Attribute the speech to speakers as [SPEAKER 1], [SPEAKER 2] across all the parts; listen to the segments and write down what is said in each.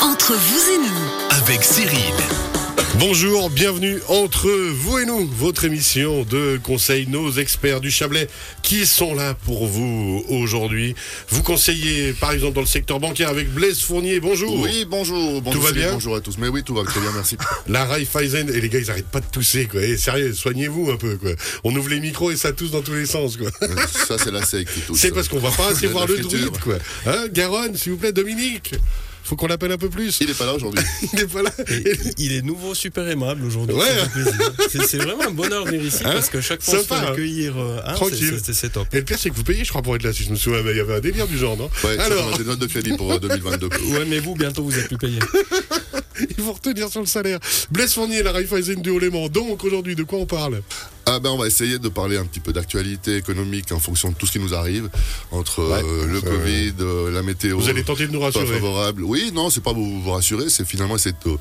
[SPEAKER 1] Entre vous et nous,
[SPEAKER 2] avec Cyril.
[SPEAKER 3] Bonjour, bienvenue entre vous et nous, votre émission de conseil, nos experts du Chablais qui sont là pour vous aujourd'hui. Vous conseillez par exemple dans le secteur bancaire avec Blaise Fournier, bonjour.
[SPEAKER 4] Oui, bonjour. bonjour
[SPEAKER 3] va
[SPEAKER 4] Cyril,
[SPEAKER 3] bien
[SPEAKER 4] Bonjour à tous. Mais oui, tout va très bien, merci.
[SPEAKER 3] La Raiffeisen, et les gars ils arrêtent pas de tousser quoi, et sérieux, soignez-vous un peu quoi. On ouvre les micros et ça tousse dans tous les sens quoi.
[SPEAKER 4] Euh, ça, c'est la sec qui touche.
[SPEAKER 3] C'est parce qu'on va pas assez
[SPEAKER 4] La
[SPEAKER 3] voir le
[SPEAKER 4] friture.
[SPEAKER 3] druide quoi. Hein, Garonne, s'il vous plaît, Dominique, faut qu'on l'appelle un peu plus.
[SPEAKER 4] Il est pas là aujourd'hui.
[SPEAKER 3] Il est pas là.
[SPEAKER 5] Et il est nouveau super aimable aujourd'hui.
[SPEAKER 3] Ouais.
[SPEAKER 5] ça fait plaisir. C'est- C'est vraiment un bonheur de venir ici
[SPEAKER 3] Hein
[SPEAKER 5] parce que chaque fois on se fait
[SPEAKER 3] Sympa, hein.
[SPEAKER 5] accueillir. euh, hein,
[SPEAKER 3] Tranquille.
[SPEAKER 5] c'est- c'est- C'est top.
[SPEAKER 3] Et le pire c'est que vous payez je crois pour être là si je me souviens, mais il y avait un délire du genre non
[SPEAKER 4] Ouais,
[SPEAKER 3] Alors.
[SPEAKER 4] Alors... des notes de crédit pour euh, 2022.
[SPEAKER 5] Ouais, mais vous, bientôt vous êtes plus payé.
[SPEAKER 3] Ils vont retenir sur le salaire. Blaise Fournier, la Raiffeisen du Haut-Léman. Donc aujourd'hui, de quoi on parle
[SPEAKER 4] Ah ben, on va essayer de parler un petit peu d'actualité économique en fonction de tout ce qui nous arrive, entre euh, le Covid, euh, la météo.
[SPEAKER 3] Vous allez tenter de nous
[SPEAKER 4] pas
[SPEAKER 3] rassurer.
[SPEAKER 4] favorable. Oui, non, c'est pas vous, vous rassurer, c'est finalement c'est de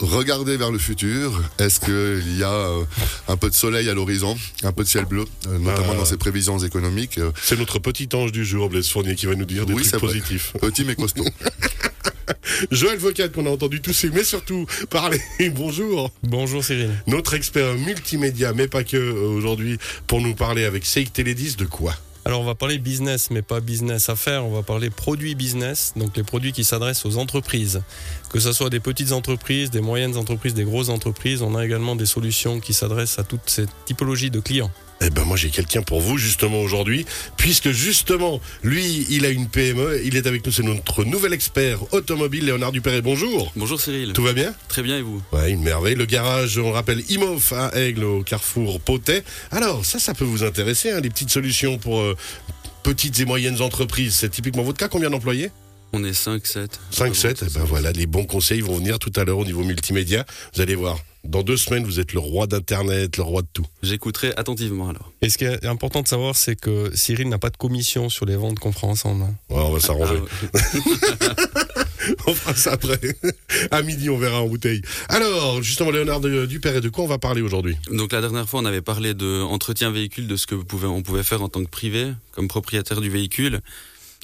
[SPEAKER 4] regarder vers le futur. Est-ce qu'il y a euh, un peu de soleil à l'horizon, un peu de ciel bleu, euh, notamment
[SPEAKER 3] Ah.
[SPEAKER 4] dans ces prévisions économiques euh,
[SPEAKER 3] C'est notre petit ange du jour, Blaise Fournier, qui va nous dire des
[SPEAKER 4] Oui,
[SPEAKER 3] trucs
[SPEAKER 4] c'est vrai.
[SPEAKER 3] positifs.
[SPEAKER 4] Petit mais costaud.
[SPEAKER 3] Joël Vocal, qu'on a entendu tousser, mais surtout parler. Bonjour.
[SPEAKER 5] Bonjour Cyril.
[SPEAKER 3] Notre expert multimédia, mais pas que, euh, aujourd'hui, pour nous parler avec Seik Télé 10 de quoi
[SPEAKER 5] Alors on va parler business, mais pas business à faire, on va parler produits business, donc les produits qui s'adressent aux entreprises. Que ce soit des petites entreprises, des moyennes entreprises, des grosses entreprises, on a également des solutions qui s'adressent à toute cette typologie de clients.
[SPEAKER 3] Eh ben moi j'ai quelqu'un pour vous justement aujourd'hui, puisque justement lui il a une PME, il est avec nous, c'est notre nouvel expert automobile Léonard Dupéré. Bonjour.
[SPEAKER 6] Bonjour Cyril.
[SPEAKER 3] Tout va bien
[SPEAKER 6] Très bien et vous
[SPEAKER 3] Ouais, une merveille. Le garage, on le rappelle, Imof à Aigle au carrefour Potet. Alors, ça, ça peut vous intéresser, hein, les petites solutions pour euh, petites et moyennes entreprises. C'est typiquement votre cas. Combien d'employés
[SPEAKER 6] On est 5-7.
[SPEAKER 3] 5, 7. Eh ben voilà, les bons conseils vont venir tout à l'heure au niveau multimédia. Vous allez voir. Dans deux semaines, vous êtes le roi d'Internet, le roi de tout.
[SPEAKER 6] J'écouterai attentivement alors.
[SPEAKER 5] Et ce qui est important de savoir, c'est que Cyril n'a pas de commission sur les ventes qu'on fera ensemble.
[SPEAKER 3] Ouais, on va s'arranger.
[SPEAKER 6] Ah,
[SPEAKER 3] On fera ça après. à midi, on verra en bouteille. Alors, justement, Léonard de- Dupéré, de quoi on va parler aujourd'hui
[SPEAKER 6] ouais. Donc la dernière fois, on avait parlé de entretien véhicule, de ce que vous pouvez- on pouvait faire en tant que privé, comme propriétaire du véhicule.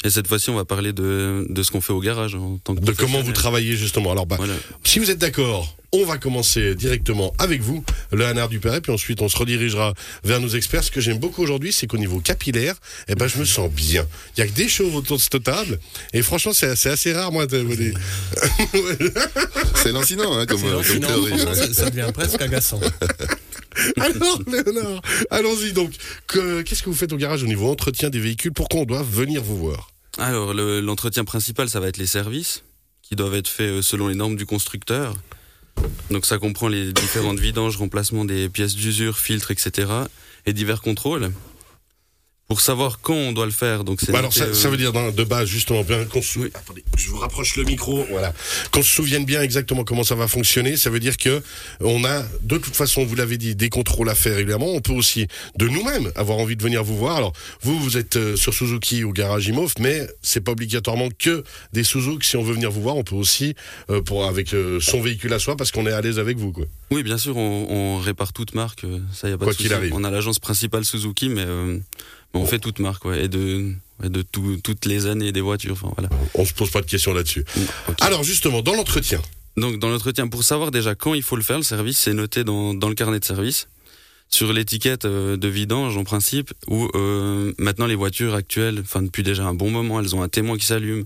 [SPEAKER 6] Et cette fois-ci, on va parler de, de ce qu'on fait au garage en tant que
[SPEAKER 3] De comment vous
[SPEAKER 6] professionnel.
[SPEAKER 3] travaillez justement. Alors, bah,
[SPEAKER 6] Voilà.
[SPEAKER 3] Si vous êtes d'accord, on va commencer directement avec vous, le Hanard du Perret, puis ensuite on se redirigera vers nos experts. Ce que j'aime beaucoup aujourd'hui, c'est qu'au niveau capillaire, eh ben, je me sens bien. Il y a que des choses autour de cette table, et franchement, c'est c'est assez rare, moi, de vous dire.
[SPEAKER 4] C'est lancinant, hein, comme,
[SPEAKER 5] C'est
[SPEAKER 4] euh, comme
[SPEAKER 5] lancinant,
[SPEAKER 4] théorie.
[SPEAKER 5] franchement,
[SPEAKER 4] ouais.
[SPEAKER 5] ça- ça devient presque agaçant.
[SPEAKER 3] Alors, Léonard, allons-y donc. Que- Qu'est-ce que vous faites au garage au niveau entretien des véhicules pour qu'on doive venir vous voir
[SPEAKER 6] Alors, le- l'entretien principal, ça va être les services, qui doivent être faits euh, selon les normes du constructeur. Donc ça comprend les différentes vidanges, remplacement des pièces d'usure, filtres, etc. et divers contrôles. Pour savoir quand on doit le faire, donc c'est
[SPEAKER 3] Bah Alors,
[SPEAKER 6] noté,
[SPEAKER 3] ça,
[SPEAKER 6] euh,
[SPEAKER 3] ça veut dire d'un- de base, justement, bien qu'on se...
[SPEAKER 6] Oui.
[SPEAKER 3] Attendez, je vous rapproche le micro, voilà. Qu'on se souvienne bien exactement comment ça va fonctionner, ça veut dire que on a, de toute façon, vous l'avez dit, des contrôles à faire régulièrement. On peut aussi, de nous-mêmes, avoir envie de venir vous voir. Alors, vous, vous êtes euh, sur Suzuki au garage Imof, mais c'est pas obligatoirement que des Suzuki. Si on veut venir vous voir, on peut aussi, euh, pour, avec euh, son véhicule à soi, parce qu'on est à l'aise avec vous, quoi.
[SPEAKER 6] Oui, bien sûr, on, on répare toute marque, euh, ça y a pas
[SPEAKER 3] Quoi
[SPEAKER 6] de
[SPEAKER 3] qu'il
[SPEAKER 6] souci.
[SPEAKER 3] arrive.
[SPEAKER 6] On a l'agence principale Suzuki, mais, euh, mais on fait toute marque, ouais, et de, ouais, de tout- toutes les années des voitures. Enfin voilà.
[SPEAKER 3] On se pose pas de questions là-dessus.
[SPEAKER 6] Ok.
[SPEAKER 3] Alors, justement, dans l'entretien,
[SPEAKER 6] Donc dans l'entretien, pour savoir déjà quand il faut le faire, le service, c'est noté dans, dans le carnet de service, sur l'étiquette euh, de vidange en principe, où euh, maintenant les voitures actuelles, enfin depuis déjà un bon moment, elles ont un témoin qui s'allume,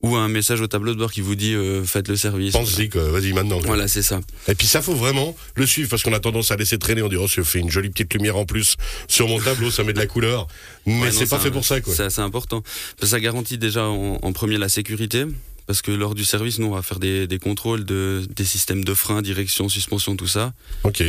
[SPEAKER 6] ou un message au tableau de bord qui vous dit euh, faites le service.
[SPEAKER 3] pensez, quoi. Vas-y, maintenant. quoi.
[SPEAKER 6] Voilà, c'est ça.
[SPEAKER 3] Et puis ça faut vraiment le suivre parce qu'on a tendance à laisser traîner. On dit oh, ça fait une jolie petite lumière en plus sur mon tableau, ça met de la couleur. Mais
[SPEAKER 6] Ouais, non,
[SPEAKER 3] c'est pas
[SPEAKER 6] un-
[SPEAKER 3] fait pour ça quoi.
[SPEAKER 6] C'est assez important. Parce que Ça garantit déjà en, en premier la sécurité. Parce que lors du service, nous, on va faire des, des contrôles de, des systèmes de frein, direction, suspension, tout ça.
[SPEAKER 3] Ok.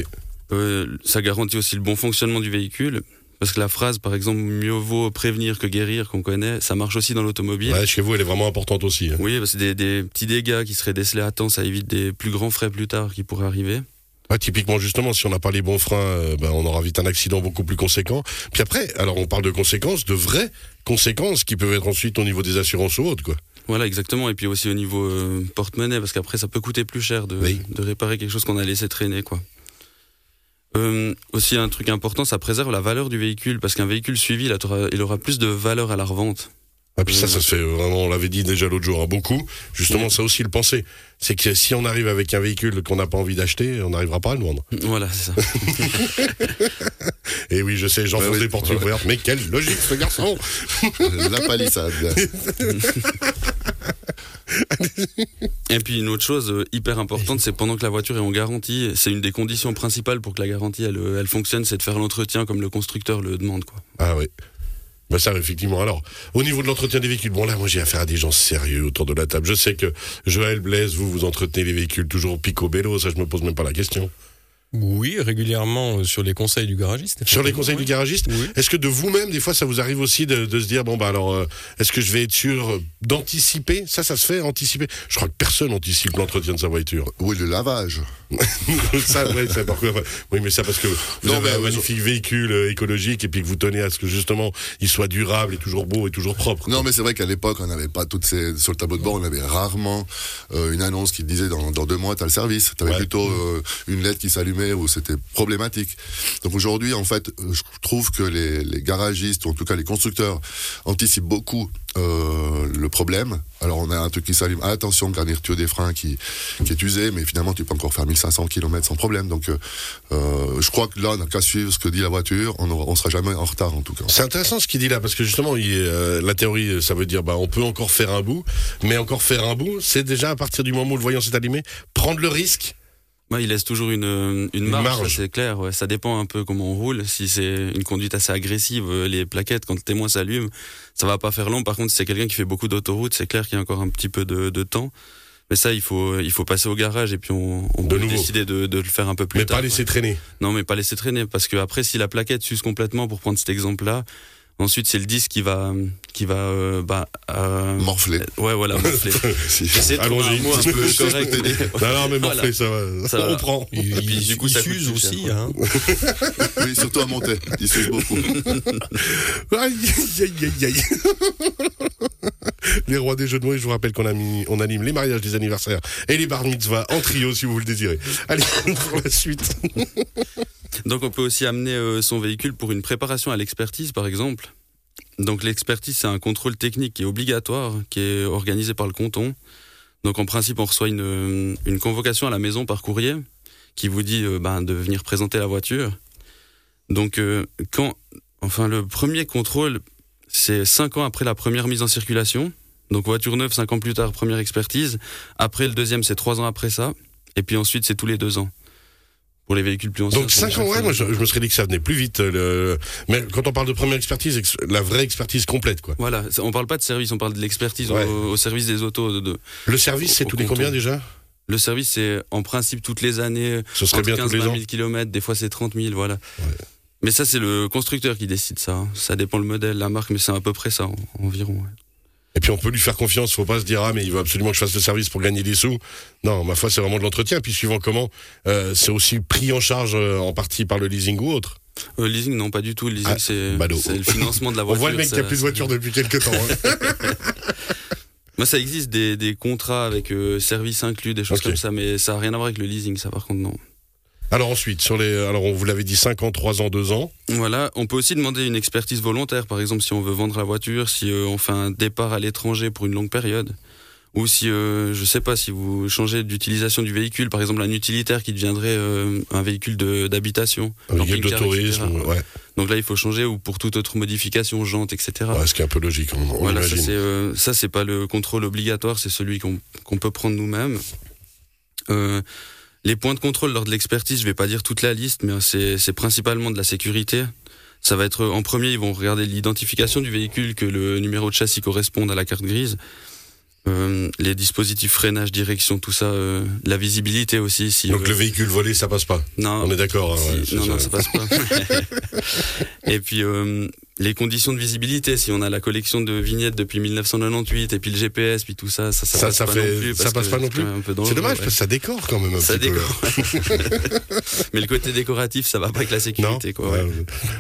[SPEAKER 6] Euh, ça garantit aussi le bon fonctionnement du véhicule. Parce que la phrase, par exemple, mieux vaut prévenir que guérir, qu'on connaît, ça marche aussi dans l'automobile.
[SPEAKER 3] Ouais, chez vous, elle est vraiment importante aussi. hein.
[SPEAKER 6] Oui, parce que des, des petits dégâts qui seraient décelés à temps, ça évite des plus grands frais plus tard qui pourraient arriver.
[SPEAKER 3] Ouais, typiquement, justement, si on n'a pas les bons freins, euh, ben, on aura vite un accident beaucoup plus conséquent. Puis après, alors on parle de conséquences, de vraies conséquences qui peuvent être ensuite au niveau des assurances ou autres quoi.
[SPEAKER 6] Voilà, exactement. Et puis aussi au niveau euh, porte-monnaie, parce qu'après, ça peut coûter plus cher de,
[SPEAKER 3] Oui.
[SPEAKER 6] de réparer quelque chose qu'on a laissé traîner, quoi. Euh, aussi, un truc important, ça préserve la valeur du véhicule, parce qu'un véhicule suivi, il aura, il aura plus de valeur à la revente.
[SPEAKER 3] Ah, puis ça, ça se fait vraiment, on l'avait dit déjà l'autre jour, hein, beaucoup. Justement,
[SPEAKER 6] Mmh.
[SPEAKER 3] ça aussi le penser. C'est que si on arrive avec un véhicule qu'on n'a pas envie d'acheter, on n'arrivera pas à le vendre.
[SPEAKER 6] Voilà, c'est ça.
[SPEAKER 3] Et oui, je sais, j'enfonce
[SPEAKER 6] Bah
[SPEAKER 4] Ouais, oui.
[SPEAKER 3] des portes
[SPEAKER 4] Ouais.
[SPEAKER 3] ouvertes, mais quelle logique, ce garçon
[SPEAKER 4] La palissade.
[SPEAKER 6] Et puis une autre chose euh, hyper importante, c'est pendant que la voiture est en garantie, c'est une des conditions principales pour que la garantie elle, euh, elle fonctionne, c'est de faire l'entretien comme le constructeur le demande. Quoi.
[SPEAKER 3] Ah oui. Bah ça, effectivement. Alors, au niveau de l'entretien des véhicules, bon là, moi j'ai affaire à des gens sérieux autour de la table. Je sais que Joël Blaise, vous, vous entretenez les véhicules toujours picobello, ça je me pose même pas la question.
[SPEAKER 5] Oui, régulièrement euh, sur les conseils du garagiste.
[SPEAKER 3] Sur les conseils du garagiste,
[SPEAKER 5] Oui.
[SPEAKER 3] est-ce que de vous-même, des fois, ça vous arrive aussi de, de se dire, bon bah alors, euh, est-ce que je vais être sûr euh, d'anticiper Ça, ça se fait, anticiper Je crois que personne anticipe l'entretien de sa voiture.
[SPEAKER 4] Oui, le lavage.
[SPEAKER 3] ça, ouais, ça, par contre, oui, mais ça parce que vous
[SPEAKER 4] Non,
[SPEAKER 3] avez
[SPEAKER 4] mais
[SPEAKER 3] un
[SPEAKER 4] vous-
[SPEAKER 3] magnifique véhicule euh, écologique et puis que vous tenez à ce que justement, il soit durable et toujours beau et toujours propre.
[SPEAKER 4] Non, mais c'est vrai qu'à l'époque, on n'avait pas toutes ces. Sur le tableau de bord, on avait rarement euh, une annonce qui disait dans, dans deux mois, t'as le service. T'avais
[SPEAKER 3] Ouais.
[SPEAKER 4] plutôt euh, une lettre qui s'allumait où c'était problématique. Donc aujourd'hui, en fait, euh, je trouve que les, les garagistes, ou en tout cas les constructeurs, anticipent beaucoup euh, le problème. Alors on a un truc qui s'allume. Ah, Attention, garniture des freins qui, qui est usée, mais finalement, tu peux encore faire 1500 km sans problème. Donc euh, euh, je crois que là, on n'a qu'à suivre ce que dit la voiture. On ne sera jamais en retard, en tout cas.
[SPEAKER 3] C'est intéressant ce qu'il dit là, parce que justement, il, euh, la théorie, euh, ça veut dire, bah, on peut encore faire un bout, mais encore faire un bout, c'est déjà à partir du moment où le voyant s'est allumé, prendre le risque.
[SPEAKER 6] Ouais, il laisse toujours une, euh, une marge, ça,
[SPEAKER 3] marge.
[SPEAKER 6] c'est clair. ouais. Ça dépend un peu comment on roule. Si c'est une conduite assez agressive, euh, les plaquettes, quand le témoin s'allume, ça va pas faire long. Par contre, si c'est quelqu'un qui fait beaucoup d'autoroute, c'est clair qu'il y a encore un petit peu de, de temps. Mais ça, il faut, il faut passer au garage et puis on, on
[SPEAKER 3] De
[SPEAKER 6] peut
[SPEAKER 3] nouveau.
[SPEAKER 6] décider de, de le faire un peu plus
[SPEAKER 3] mais
[SPEAKER 6] tard.
[SPEAKER 3] pas laisser
[SPEAKER 6] ouais.
[SPEAKER 3] traîner.
[SPEAKER 6] Non, mais pas laisser traîner. Parce que après, si la plaquette s'use complètement, pour prendre cet exemple-là, ensuite, c'est le disque qui va, qui va, euh, bah, euh,
[SPEAKER 4] Morfler.
[SPEAKER 6] ouais, voilà, morfler.
[SPEAKER 4] Si.
[SPEAKER 6] J'essaie de trouver
[SPEAKER 3] Allons-y.
[SPEAKER 6] un mot un peu correct.
[SPEAKER 3] Non, non, mais bon,
[SPEAKER 6] Voilà.
[SPEAKER 3] fait, ça va.
[SPEAKER 6] Ça
[SPEAKER 3] on
[SPEAKER 6] va.
[SPEAKER 3] prend.
[SPEAKER 5] Il,
[SPEAKER 6] Et puis,
[SPEAKER 5] il-
[SPEAKER 6] du coup,
[SPEAKER 5] il
[SPEAKER 6] ça coûte
[SPEAKER 5] s'use
[SPEAKER 6] plus cher,
[SPEAKER 5] aussi.
[SPEAKER 6] quoi.
[SPEAKER 5] hein.
[SPEAKER 4] Oui, surtout à monter. Ils s'usent beaucoup.
[SPEAKER 3] Aïe, aïe, aïe, aïe. Les rois des jeux de mots, et je vous rappelle qu'on a mis- on anime les mariages, les anniversaires et les bar mitzvahs en trio si vous le désirez. Allez, pour la suite.
[SPEAKER 6] Donc on peut aussi amener euh, son véhicule pour une préparation à l'expertise par exemple. Donc l'expertise c'est un contrôle technique qui est obligatoire, qui est organisé par le canton. Donc en principe on reçoit une, euh, une convocation à la maison par courrier qui vous dit euh, ben, de venir présenter la voiture. Donc euh, quand, enfin le premier contrôle c'est 5 ans après la première mise en circulation. Donc voiture neuve, 5 ans plus tard, première expertise. Après le deuxième c'est 3 ans après ça. Et puis ensuite c'est tous les 2 ans. Pour les véhicules plus anciens.
[SPEAKER 3] Donc
[SPEAKER 6] c'est
[SPEAKER 3] 5 ans,
[SPEAKER 6] chaque
[SPEAKER 3] ouais,
[SPEAKER 6] année.
[SPEAKER 3] moi je, je me serais dit que ça venait plus vite. euh, le- Mais quand on parle de première expertise, ex- la vraie expertise complète, quoi.
[SPEAKER 6] Voilà, ça- on parle pas de service, on parle de l'expertise au-
[SPEAKER 3] Ouais.
[SPEAKER 6] au, service des autos. de- de-
[SPEAKER 3] Le service, c'est
[SPEAKER 6] Au
[SPEAKER 3] tous les
[SPEAKER 6] canton.
[SPEAKER 3] combien déjà
[SPEAKER 6] Le service, c'est en principe toutes les années,
[SPEAKER 3] Ce serait
[SPEAKER 6] entre
[SPEAKER 3] bien
[SPEAKER 6] 15
[SPEAKER 3] tous les
[SPEAKER 6] 20
[SPEAKER 3] ans.
[SPEAKER 6] 000 km, des fois c'est 30 000, voilà. Mais ça, c'est le constructeur qui décide ça. hein. Ça dépend le modèle, la marque, mais c'est à peu près ça, en- environ. ouais.
[SPEAKER 3] Et puis on peut lui faire confiance, faut pas se dire ah mais il veut absolument que je fasse le service pour gagner des sous. Non, ma foi c'est vraiment de l'entretien. Puis suivant comment, euh, c'est aussi pris en charge euh, en partie par le leasing ou autre.
[SPEAKER 6] Euh, leasing, non, pas du tout. Le Leasing,
[SPEAKER 3] Ah,
[SPEAKER 6] c'est
[SPEAKER 3] badaud.
[SPEAKER 6] c'est le financement de la
[SPEAKER 3] On
[SPEAKER 6] voiture.
[SPEAKER 3] voit le mec qui a
[SPEAKER 6] ça-
[SPEAKER 3] plus de voiture depuis quelques temps. hein.
[SPEAKER 6] Moi, ça existe des, des contrats avec euh, service inclus, des choses
[SPEAKER 3] Ok.
[SPEAKER 6] comme ça, mais ça a rien à voir avec le leasing, ça, par contre, non.
[SPEAKER 3] alors ensuite sur les, alors on vous l'avait dit 5 ans, 3 ans, 2 ans.
[SPEAKER 6] Voilà, on peut aussi demander une expertise volontaire, par exemple si on veut vendre la voiture, si euh, on fait un départ à l'étranger pour une longue période, ou si, euh, je sais pas, si vous changez d'utilisation du véhicule, par exemple un utilitaire qui deviendrait euh, un véhicule de- d'habitation.
[SPEAKER 3] Avec
[SPEAKER 6] camping-car,
[SPEAKER 3] le tourisme,
[SPEAKER 6] etc.
[SPEAKER 3] ouais.
[SPEAKER 6] Donc là, il faut changer, ou pour toute autre modification, jante, etc.
[SPEAKER 3] Ouais, ce qui est un peu logique, hein, on, on
[SPEAKER 6] Voilà, ça
[SPEAKER 3] imagine.
[SPEAKER 6] c'est euh, ça, c'est pas le contrôle obligatoire, c'est celui qu'on qu'on peut prendre nous-mêmes. Euh, les points de contrôle lors de l'expertise, je vais pas dire toute la liste, mais euh, c'est c'est principalement de la sécurité. Ça va être euh, en premier, ils vont regarder l'identification du véhicule, que le numéro de châssis corresponde à la carte grise. Euh, les dispositifs freinage, direction, tout ça, euh, la visibilité aussi. Si
[SPEAKER 3] Donc
[SPEAKER 6] euh,
[SPEAKER 3] le véhicule volé, ça passe pas.
[SPEAKER 6] non,
[SPEAKER 3] on est d'accord. hein, ouais,
[SPEAKER 6] Ah. si-
[SPEAKER 3] c'est
[SPEAKER 6] non,
[SPEAKER 3] ça.
[SPEAKER 6] non, ça passe pas. et puis, euh, les conditions de visibilité, si on a la collection de vignettes depuis 1998, et puis le GPS, puis tout ça, ça, ça,
[SPEAKER 3] Ça,
[SPEAKER 6] passe,
[SPEAKER 3] ça
[SPEAKER 6] pas
[SPEAKER 3] fait-
[SPEAKER 6] non plus
[SPEAKER 3] ça
[SPEAKER 6] parce
[SPEAKER 3] passe
[SPEAKER 6] que
[SPEAKER 3] pas non
[SPEAKER 6] c'est
[SPEAKER 3] plus.
[SPEAKER 6] quand même un peu
[SPEAKER 3] C'est
[SPEAKER 6] dangereux,
[SPEAKER 3] dommage
[SPEAKER 6] ouais.
[SPEAKER 3] parce que ça décore quand même un
[SPEAKER 6] Ça
[SPEAKER 3] petit peu.
[SPEAKER 6] décore. Mais le côté décoratif, ça va pas avec la
[SPEAKER 3] Non,
[SPEAKER 6] sécurité, quoi. ouais.
[SPEAKER 3] ouais.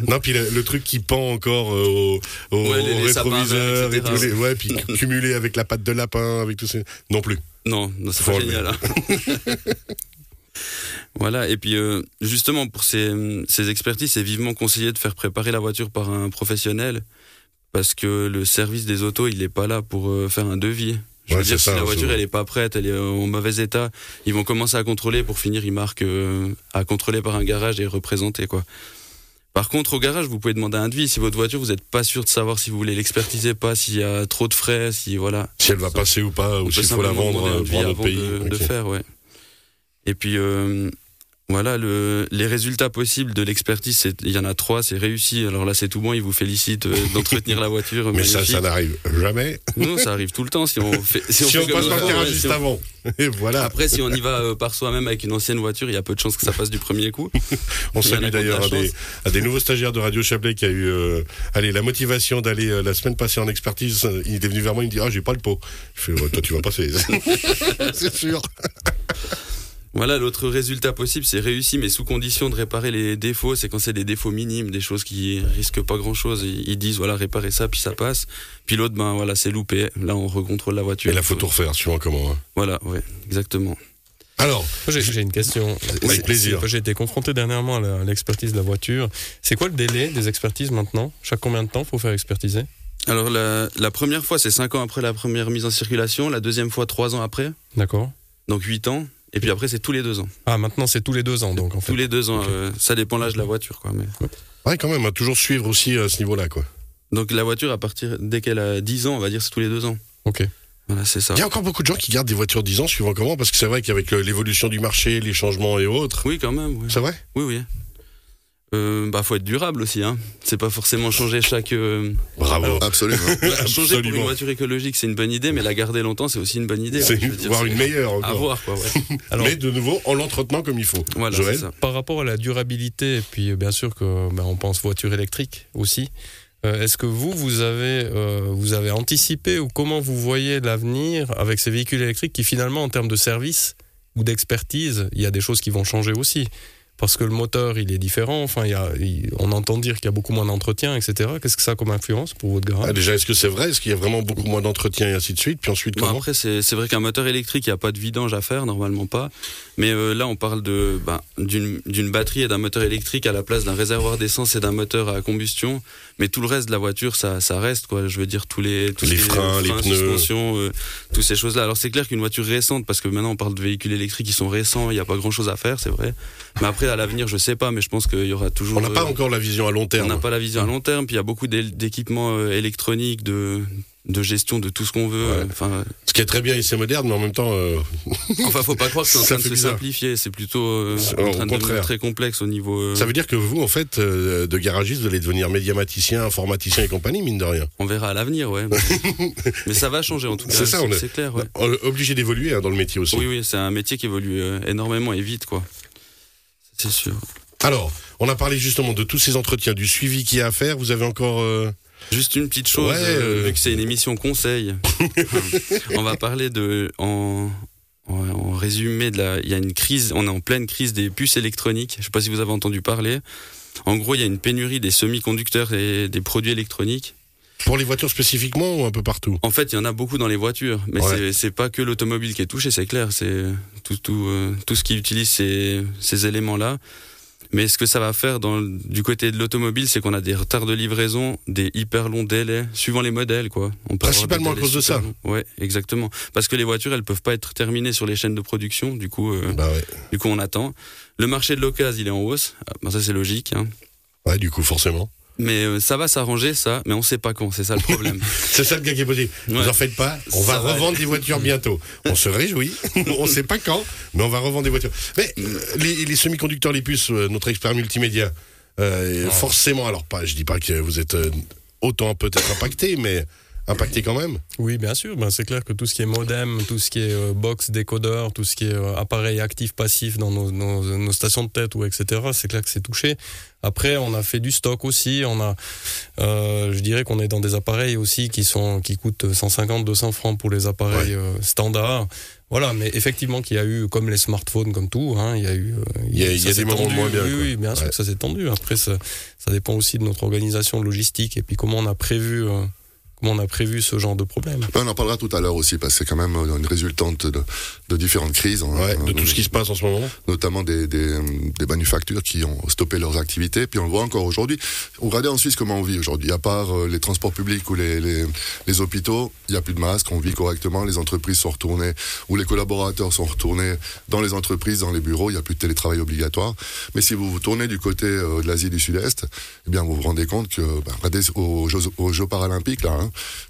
[SPEAKER 3] non, puis le, le truc qui pend encore euh, au, au-
[SPEAKER 6] Ouais, les-
[SPEAKER 3] au
[SPEAKER 6] les sapins
[SPEAKER 3] rétroviseur
[SPEAKER 6] verts,
[SPEAKER 3] et tout,
[SPEAKER 6] etc.
[SPEAKER 3] les- ouais, puis cumulé avec la patte de lapin, avec tout ça, non plus.
[SPEAKER 6] Non, non, c'est
[SPEAKER 3] Faut
[SPEAKER 6] pas
[SPEAKER 3] enlever.
[SPEAKER 6] génial. hein. voilà, et puis euh, justement, pour ces, ces expertises, c'est vivement conseillé de faire préparer la voiture par un professionnel parce que le service des autos, il n'est pas là pour euh, faire un devis. Je
[SPEAKER 3] Ouais,
[SPEAKER 6] veux
[SPEAKER 3] c'est
[SPEAKER 6] dire, si
[SPEAKER 3] ça,
[SPEAKER 6] la
[SPEAKER 3] c'est
[SPEAKER 6] voiture,
[SPEAKER 3] vrai.
[SPEAKER 6] elle n'est pas prête, elle est euh, en mauvais état, ils vont commencer à contrôler pour finir, ils marquent euh, à contrôler par un garage et représenter, quoi. Par contre, au garage, vous pouvez demander un devis. Si votre voiture, vous n'êtes pas sûr de savoir si vous voulez l'expertiser pas, s'il y a trop de frais, si, voilà.
[SPEAKER 3] Si elle va passer ou pas, ou
[SPEAKER 6] On peut
[SPEAKER 3] s'il faut la
[SPEAKER 6] simplement
[SPEAKER 3] vendre
[SPEAKER 6] demander
[SPEAKER 3] euh,
[SPEAKER 6] un
[SPEAKER 3] pour un
[SPEAKER 6] devis
[SPEAKER 3] autre pays.
[SPEAKER 6] avant De, de
[SPEAKER 3] Ok.
[SPEAKER 6] faire, ouais. Et puis euh, voilà, le, les résultats possibles de l'expertise, c'est- il y en a trois, c'est réussi. Alors là, c'est tout bon, ils vous félicitent euh, d'entretenir la voiture.
[SPEAKER 3] Mais ça,
[SPEAKER 6] magnifique.
[SPEAKER 3] ça n'arrive jamais.
[SPEAKER 6] Non, ça arrive tout le temps si on fait.
[SPEAKER 3] Si on
[SPEAKER 6] fait
[SPEAKER 3] passe
[SPEAKER 6] comme
[SPEAKER 3] par le
[SPEAKER 6] ça,
[SPEAKER 3] garage
[SPEAKER 6] ouais,
[SPEAKER 3] juste
[SPEAKER 6] si on-
[SPEAKER 3] avant. Et voilà.
[SPEAKER 6] Après, si on y va euh, par soi-même avec une ancienne voiture, il y a peu de chances que ça passe du premier coup.
[SPEAKER 3] On
[SPEAKER 6] Il y
[SPEAKER 3] salue
[SPEAKER 6] en a qui ont de la
[SPEAKER 3] d'ailleurs à des,
[SPEAKER 6] chance.
[SPEAKER 3] à des nouveaux stagiaires de Radio Chablais qui a eu euh, allez, la motivation d'aller euh, la semaine passée en expertise. euh, Il est venu vers moi, il me dit Ah, j'ai pas le pot. Je fais Ouais, Toi, tu vas passer. C'est sûr.
[SPEAKER 6] Voilà, l'autre résultat possible, c'est réussi, mais sous condition de réparer les défauts. C'est quand c'est des défauts minimes, des choses qui risquent pas grand-chose. Ils ils disent, voilà, réparer ça, puis ça passe. Puis l'autre, ben voilà, c'est loupé. Là, on recontrôle la voiture.
[SPEAKER 3] Et la faut tout refaire, suivant comment. hein.
[SPEAKER 6] Voilà, ouais, exactement.
[SPEAKER 3] Alors,
[SPEAKER 5] Moi, J'ai j'ai une question.
[SPEAKER 3] Avec
[SPEAKER 5] C'est-
[SPEAKER 3] plaisir.
[SPEAKER 5] c'est- J'ai été confronté dernièrement à la- à l'expertise de la voiture. C'est quoi le délai des expertises maintenant Chaque combien de temps faut faire expertiser
[SPEAKER 6] Alors, la, la première fois, c'est 5 ans après la première mise en circulation. La deuxième fois, 3 ans après.
[SPEAKER 5] D'accord.
[SPEAKER 6] Donc 8 ans. Et puis après, c'est tous les 2 ans.
[SPEAKER 5] Ah, maintenant c'est tous les deux ans, donc en fait.
[SPEAKER 6] Tous les 2 ans.
[SPEAKER 5] Ok.
[SPEAKER 6] euh, ça dépend l'âge de la voiture, quoi. Mais...
[SPEAKER 3] ouais, quand même, à toujours suivre aussi euh, ce niveau-là. quoi.
[SPEAKER 6] Donc, la voiture, à partir, dès qu'elle a 10 ans, on va dire, c'est tous les 2 ans.
[SPEAKER 5] Ok.
[SPEAKER 6] Voilà, c'est ça.
[SPEAKER 3] Il y a encore beaucoup de gens qui gardent des voitures 10 ans, suivant comment, parce que c'est vrai qu'avec euh, l'évolution du marché, les changements et autres.
[SPEAKER 6] Oui, quand même, ouais.
[SPEAKER 3] C'est vrai
[SPEAKER 6] Oui, oui. Euh, bah, faut être durable aussi, hein. C'est pas forcément changer chaque. euh,
[SPEAKER 3] Bravo.
[SPEAKER 4] Absolument.
[SPEAKER 6] changer pour
[SPEAKER 3] Absolument.
[SPEAKER 6] une voiture écologique, c'est une bonne idée, mais la garder longtemps, c'est aussi une bonne idée. hein,
[SPEAKER 3] c'est
[SPEAKER 6] Je veux dire,
[SPEAKER 3] voir
[SPEAKER 6] c'est
[SPEAKER 3] une meilleure
[SPEAKER 6] À
[SPEAKER 3] encore.
[SPEAKER 6] voir, Hein. quoi, ouais.
[SPEAKER 5] Alors,
[SPEAKER 3] Mais de nouveau, en l'entretenant comme il faut.
[SPEAKER 6] Voilà, c'est
[SPEAKER 3] Joël
[SPEAKER 6] ça.
[SPEAKER 5] par rapport à la durabilité, et puis euh, bien sûr que ben, on pense voiture électrique aussi. euh, Est-ce que vous, vous avez, euh, vous avez anticipé ou comment vous voyez l'avenir avec ces véhicules électriques qui finalement, en termes de service ou d'expertise, il y a des choses qui vont changer aussi parce que le moteur, il est différent. Enfin, il y a- il- on entend dire qu'il y a beaucoup moins d'entretien, etc. Qu'est-ce que ça a comme influence pour votre
[SPEAKER 3] Ah,
[SPEAKER 5] garage
[SPEAKER 3] déjà, est-ce que c'est vrai Est-ce qu'il y a vraiment beaucoup moins d'entretien et ainsi de suite Puis ensuite,
[SPEAKER 6] Bon,
[SPEAKER 3] comment
[SPEAKER 6] Bah, après, c'est c'est vrai qu'un moteur électrique, il n'y a pas de vidange à faire, normalement pas. Mais euh, là, on parle de ben, d'une d'une batterie et d'un moteur électrique à la place d'un réservoir d'essence et d'un moteur à combustion. Mais tout le reste de la voiture, ça, ça reste, quoi. Je veux dire, tous les, tous
[SPEAKER 3] Les freins, les pneus.
[SPEAKER 6] suspensions, euh, toutes ces choses-là. Alors, c'est clair qu'une voiture récente, parce que maintenant, on parle de véhicules électriques qui sont récents, il n'y a pas grand-chose à faire, c'est vrai. Mais après, à l'avenir, je sais pas, mais je pense qu'il y aura toujours.
[SPEAKER 3] On n'a pas
[SPEAKER 6] euh,
[SPEAKER 3] encore la vision à long
[SPEAKER 6] on n'a
[SPEAKER 3] terme.
[SPEAKER 6] pas la vision à long terme, puis il y a beaucoup d'él- d'équipements euh, électroniques, de, de gestion de tout ce qu'on veut. euh,
[SPEAKER 3] Ouais.
[SPEAKER 6] Enfin,
[SPEAKER 3] Ce qui est très bien et c'est moderne, mais en même temps, euh,
[SPEAKER 6] Enfin, faut pas croire que c'est en
[SPEAKER 3] Ça
[SPEAKER 6] train de
[SPEAKER 3] fait
[SPEAKER 6] se
[SPEAKER 3] bizarre.
[SPEAKER 6] simplifier. C'est plutôt euh,
[SPEAKER 3] C'est-
[SPEAKER 6] en
[SPEAKER 3] au
[SPEAKER 6] train de
[SPEAKER 3] contraire.
[SPEAKER 6] devenir très complexe au niveau. euh,
[SPEAKER 3] ça veut dire que vous, en fait, euh, de garagiste, vous allez devenir médiamaticien, informaticien et compagnie, mine de rien.
[SPEAKER 6] On verra à l'avenir, ouais. Mais- Mais ça va changer en tout cas.
[SPEAKER 3] C'est ça, on est-
[SPEAKER 6] C'est clair, ouais.
[SPEAKER 3] Euh, Obligé d'évoluer hein, dans le métier aussi.
[SPEAKER 6] Oui, oui, c'est un métier qui évolue euh, énormément et vite, quoi. C'est sûr.
[SPEAKER 3] Alors, on a parlé justement de tous ces entretiens, du suivi qu'il y a à faire. Vous avez encore... euh,
[SPEAKER 6] Juste une petite chose,
[SPEAKER 3] Ouais,
[SPEAKER 6] euh,
[SPEAKER 3] euh.
[SPEAKER 6] vu que c'est une émission conseil, on va parler de. En, en- en résumé, de la, il y a une crise, on est en pleine crise des puces électroniques. Je ne sais pas si vous avez entendu parler. En gros, il y a une pénurie des semi-conducteurs et des produits électroniques.
[SPEAKER 3] Pour les voitures spécifiquement ou un peu partout
[SPEAKER 6] En fait, il y en a beaucoup dans les voitures, mais
[SPEAKER 3] Ouais.
[SPEAKER 6] c'est- c'est pas que l'automobile qui est touchée, c'est clair, c'est tout, tout, euh, tout ce qui utilise ces, ces éléments-là. Mais ce que ça va faire dans, le- du côté de l'automobile, c'est qu'on a des retards de livraison, des hyper longs délais, suivant les modèles, quoi. On peut avoir des
[SPEAKER 3] Principalement à
[SPEAKER 6] délais
[SPEAKER 3] cause de
[SPEAKER 6] super
[SPEAKER 3] ça.
[SPEAKER 6] longs. Ouais, exactement. Parce que les voitures, elles peuvent pas être terminées sur les chaînes de production, du coup, euh,
[SPEAKER 3] Bah ouais.
[SPEAKER 6] du coup, on attend. Le marché de l'occasion, il est en hausse. Ah, ben ça, c'est logique. hein.
[SPEAKER 3] Ouais, du coup, forcément.
[SPEAKER 6] Mais euh, ça va s'arranger, ça. Mais on sait pas quand. C'est ça le problème.
[SPEAKER 3] C'est ça le gars qui est posé.
[SPEAKER 6] Ouais.
[SPEAKER 3] Vous en faites pas, on
[SPEAKER 6] Ça
[SPEAKER 3] va
[SPEAKER 6] va
[SPEAKER 3] revendre des voitures bientôt. On se réjouit, on sait pas quand, mais on va revendre des voitures. Mais euh, les, les semi-conducteurs, les puces, euh, notre expert multimédia, euh, forcément, alors pas, je dis pas que vous êtes euh, autant peut-être impacté, mais impacté quand même.
[SPEAKER 5] Oui, bien sûr. Ben, c'est clair que tout ce qui est modem, tout ce qui est euh, box, décodeur, tout ce qui est euh, appareil actif-passif dans nos, nos- nos stations de tête, ou etc., c'est clair que c'est touché. Après, on a fait du stock aussi. On a, euh, je dirais qu'on est dans des appareils aussi qui, sont, qui coûtent 150, 200 francs pour les appareils euh, standards. Voilà, mais effectivement qu'il y a eu, comme les smartphones, comme tout, hein, il y a eu... euh,
[SPEAKER 3] Il y a- il y
[SPEAKER 5] ça
[SPEAKER 3] a
[SPEAKER 5] s'est
[SPEAKER 3] des moments
[SPEAKER 5] tendu.
[SPEAKER 3] moins bien,
[SPEAKER 5] Oui,
[SPEAKER 3] quoi.
[SPEAKER 5] oui, bien sûr
[SPEAKER 3] Ouais.
[SPEAKER 5] que ça s'est tendu. Après, ça, ça dépend aussi de notre organisation logistique et puis comment on a prévu... euh, comment on a prévu ce genre de problème.
[SPEAKER 4] On en parlera tout à l'heure aussi, parce que c'est quand même euh, une résultante de, de différentes crises. hein,
[SPEAKER 3] Ouais, de
[SPEAKER 4] euh,
[SPEAKER 3] tout ce qui se passe en ce moment.
[SPEAKER 4] notamment des, des, des manufactures qui ont stoppé leurs activités. Puis on le voit encore aujourd'hui. Regardez en Suisse comment on vit aujourd'hui. À part euh, les transports publics ou les, les, les hôpitaux, il n'y a plus de masques, on vit correctement, les entreprises sont retournées, ou les collaborateurs sont retournés dans les entreprises, dans les bureaux, il n'y a plus de télétravail obligatoire. Mais si vous vous tournez du côté euh, de l'Asie du Sud-Est, eh bien vous vous rendez compte que, ben, regardez aux Jeux, aux Jeux paralympiques, là, hein,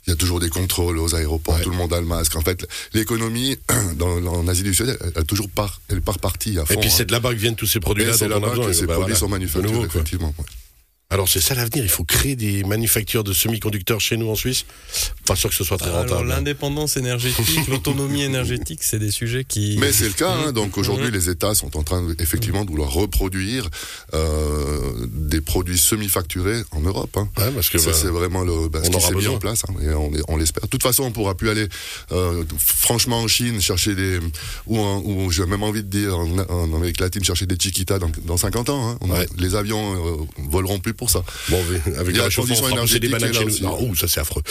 [SPEAKER 4] il y a toujours des contrôles aux aéroports, tout le monde a le masque. En fait, l'économie dans, en Asie du Sud-Est, elle, elle a toujours part, elle part partie à fond.
[SPEAKER 3] Et puis
[SPEAKER 4] hein.
[SPEAKER 3] c'est de là-bas que viennent tous ces
[SPEAKER 4] Et
[SPEAKER 3] produits-là.
[SPEAKER 4] c'est
[SPEAKER 3] dont on a
[SPEAKER 4] là-bas
[SPEAKER 3] besoin.
[SPEAKER 4] que ces
[SPEAKER 3] Bah,
[SPEAKER 4] produits
[SPEAKER 3] voilà.
[SPEAKER 4] sont
[SPEAKER 3] De nouveau,
[SPEAKER 4] manufacturés,
[SPEAKER 3] quoi.
[SPEAKER 4] effectivement. ouais.
[SPEAKER 3] Alors c'est ça l'avenir, il faut créer des manufactures de semi-conducteurs chez nous en Suisse. Pas sûr que ce soit très
[SPEAKER 5] Ah, Alors
[SPEAKER 3] rentable. hein.
[SPEAKER 5] l'indépendance énergétique, l'autonomie énergétique, c'est des sujets qui...
[SPEAKER 4] Mais c'est le cas, hein, donc aujourd'hui
[SPEAKER 5] Mhm.
[SPEAKER 4] les États sont en train de- effectivement de vouloir reproduire euh, des produits semi-facturés en Europe. hein.
[SPEAKER 3] Ouais, parce que
[SPEAKER 4] Ça,
[SPEAKER 3] bah,
[SPEAKER 4] c'est vraiment le, bah, ce
[SPEAKER 3] on
[SPEAKER 4] qui
[SPEAKER 3] aura
[SPEAKER 4] s'est mis
[SPEAKER 3] besoin.
[SPEAKER 4] en place, hein, et on, est- on l'espère. De toute façon, on pourra plus aller, euh, franchement, en Chine, chercher des, ou, en- ou j'ai même envie de dire, en, en Amérique latine, chercher des Chiquita dans, dans 50 ans. hein. On a-
[SPEAKER 3] Ouais.
[SPEAKER 4] les avions euh, voleront plus pour ça.
[SPEAKER 3] bon, avec- avec
[SPEAKER 4] Il
[SPEAKER 3] le
[SPEAKER 4] y a la
[SPEAKER 3] réchauffement, on
[SPEAKER 4] transition
[SPEAKER 3] fera pousser des
[SPEAKER 4] énergétique
[SPEAKER 3] bananes
[SPEAKER 4] qui est
[SPEAKER 3] chez
[SPEAKER 4] là
[SPEAKER 3] nous.
[SPEAKER 4] aussi.
[SPEAKER 3] Non, ouh, ça c'est affreux.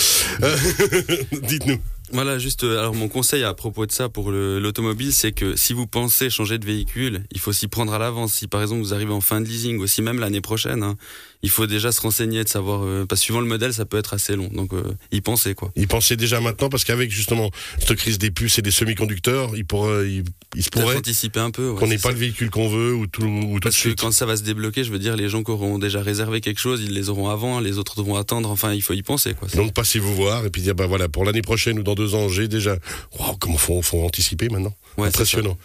[SPEAKER 3] Euh, Dites-nous.
[SPEAKER 6] Voilà, juste, euh, alors mon conseil à propos de ça pour le- l'automobile, c'est que si vous pensez changer de véhicule, il faut s'y prendre à l'avance. Si par exemple vous arrivez en fin de leasing, aussi même l'année prochaine, hein, il faut déjà se renseigner, de savoir, euh, parce que suivant le modèle, ça peut être assez long. Donc euh, y penser quoi.
[SPEAKER 3] Ils pensaient déjà maintenant parce qu'avec justement cette crise des puces et des semi-conducteurs, il, pourrait, il, il se
[SPEAKER 6] Peut-être
[SPEAKER 3] pourrait
[SPEAKER 6] anticiper un peu. ouais,
[SPEAKER 3] qu'on n'ait
[SPEAKER 6] c'est
[SPEAKER 3] pas
[SPEAKER 6] ça.
[SPEAKER 3] le véhicule qu'on veut ou tout, ou tout de
[SPEAKER 6] Parce que
[SPEAKER 3] suite.
[SPEAKER 6] quand ça va se débloquer, je veux dire, les gens qui auront déjà réservé quelque chose, ils les auront avant, les autres devront attendre. Enfin, il faut y penser quoi.
[SPEAKER 3] Donc passez vous voir et puis dire bah voilà pour l'année prochaine ou dans deux ans j'ai déjà. Waouh comment faut, faut anticiper maintenant.
[SPEAKER 6] Ouais, c'est
[SPEAKER 3] Impressionnant.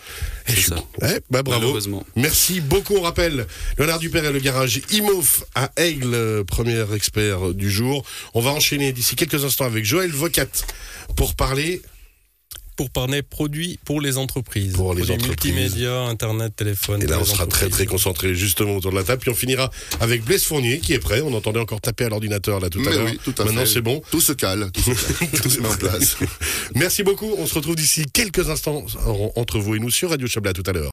[SPEAKER 3] Eh,
[SPEAKER 6] C'est
[SPEAKER 3] je suis-
[SPEAKER 6] ça.
[SPEAKER 3] Eh, bah bravo.
[SPEAKER 6] Malheureusement.
[SPEAKER 3] Merci beaucoup. On rappelle, Léonard Dupère et le garage IMOF à Aigle, euh, premier expert du jour. On va enchaîner d'ici quelques instants avec Joël Vocat pour parler.
[SPEAKER 5] Pour parler produits pour les entreprises.
[SPEAKER 3] Pour les
[SPEAKER 5] Produits
[SPEAKER 3] entreprises.
[SPEAKER 5] multimédia, Internet, téléphone.
[SPEAKER 3] Et là,
[SPEAKER 5] pour les
[SPEAKER 3] on sera très
[SPEAKER 5] entreprises.
[SPEAKER 3] très concentré justement autour de la table. Puis on finira avec Blaise Fournier qui est prêt. On entendait encore taper à l'ordinateur là tout à
[SPEAKER 4] Mais
[SPEAKER 3] l'heure.
[SPEAKER 4] oui, tout à
[SPEAKER 3] Maintenant,
[SPEAKER 4] fait.
[SPEAKER 3] c'est bon.
[SPEAKER 4] Tout se cale, tout se cale, tout se met en place.
[SPEAKER 3] Merci beaucoup. On se retrouve d'ici quelques instants en- entre vous et nous sur Radio Chabla. À tout à l'heure.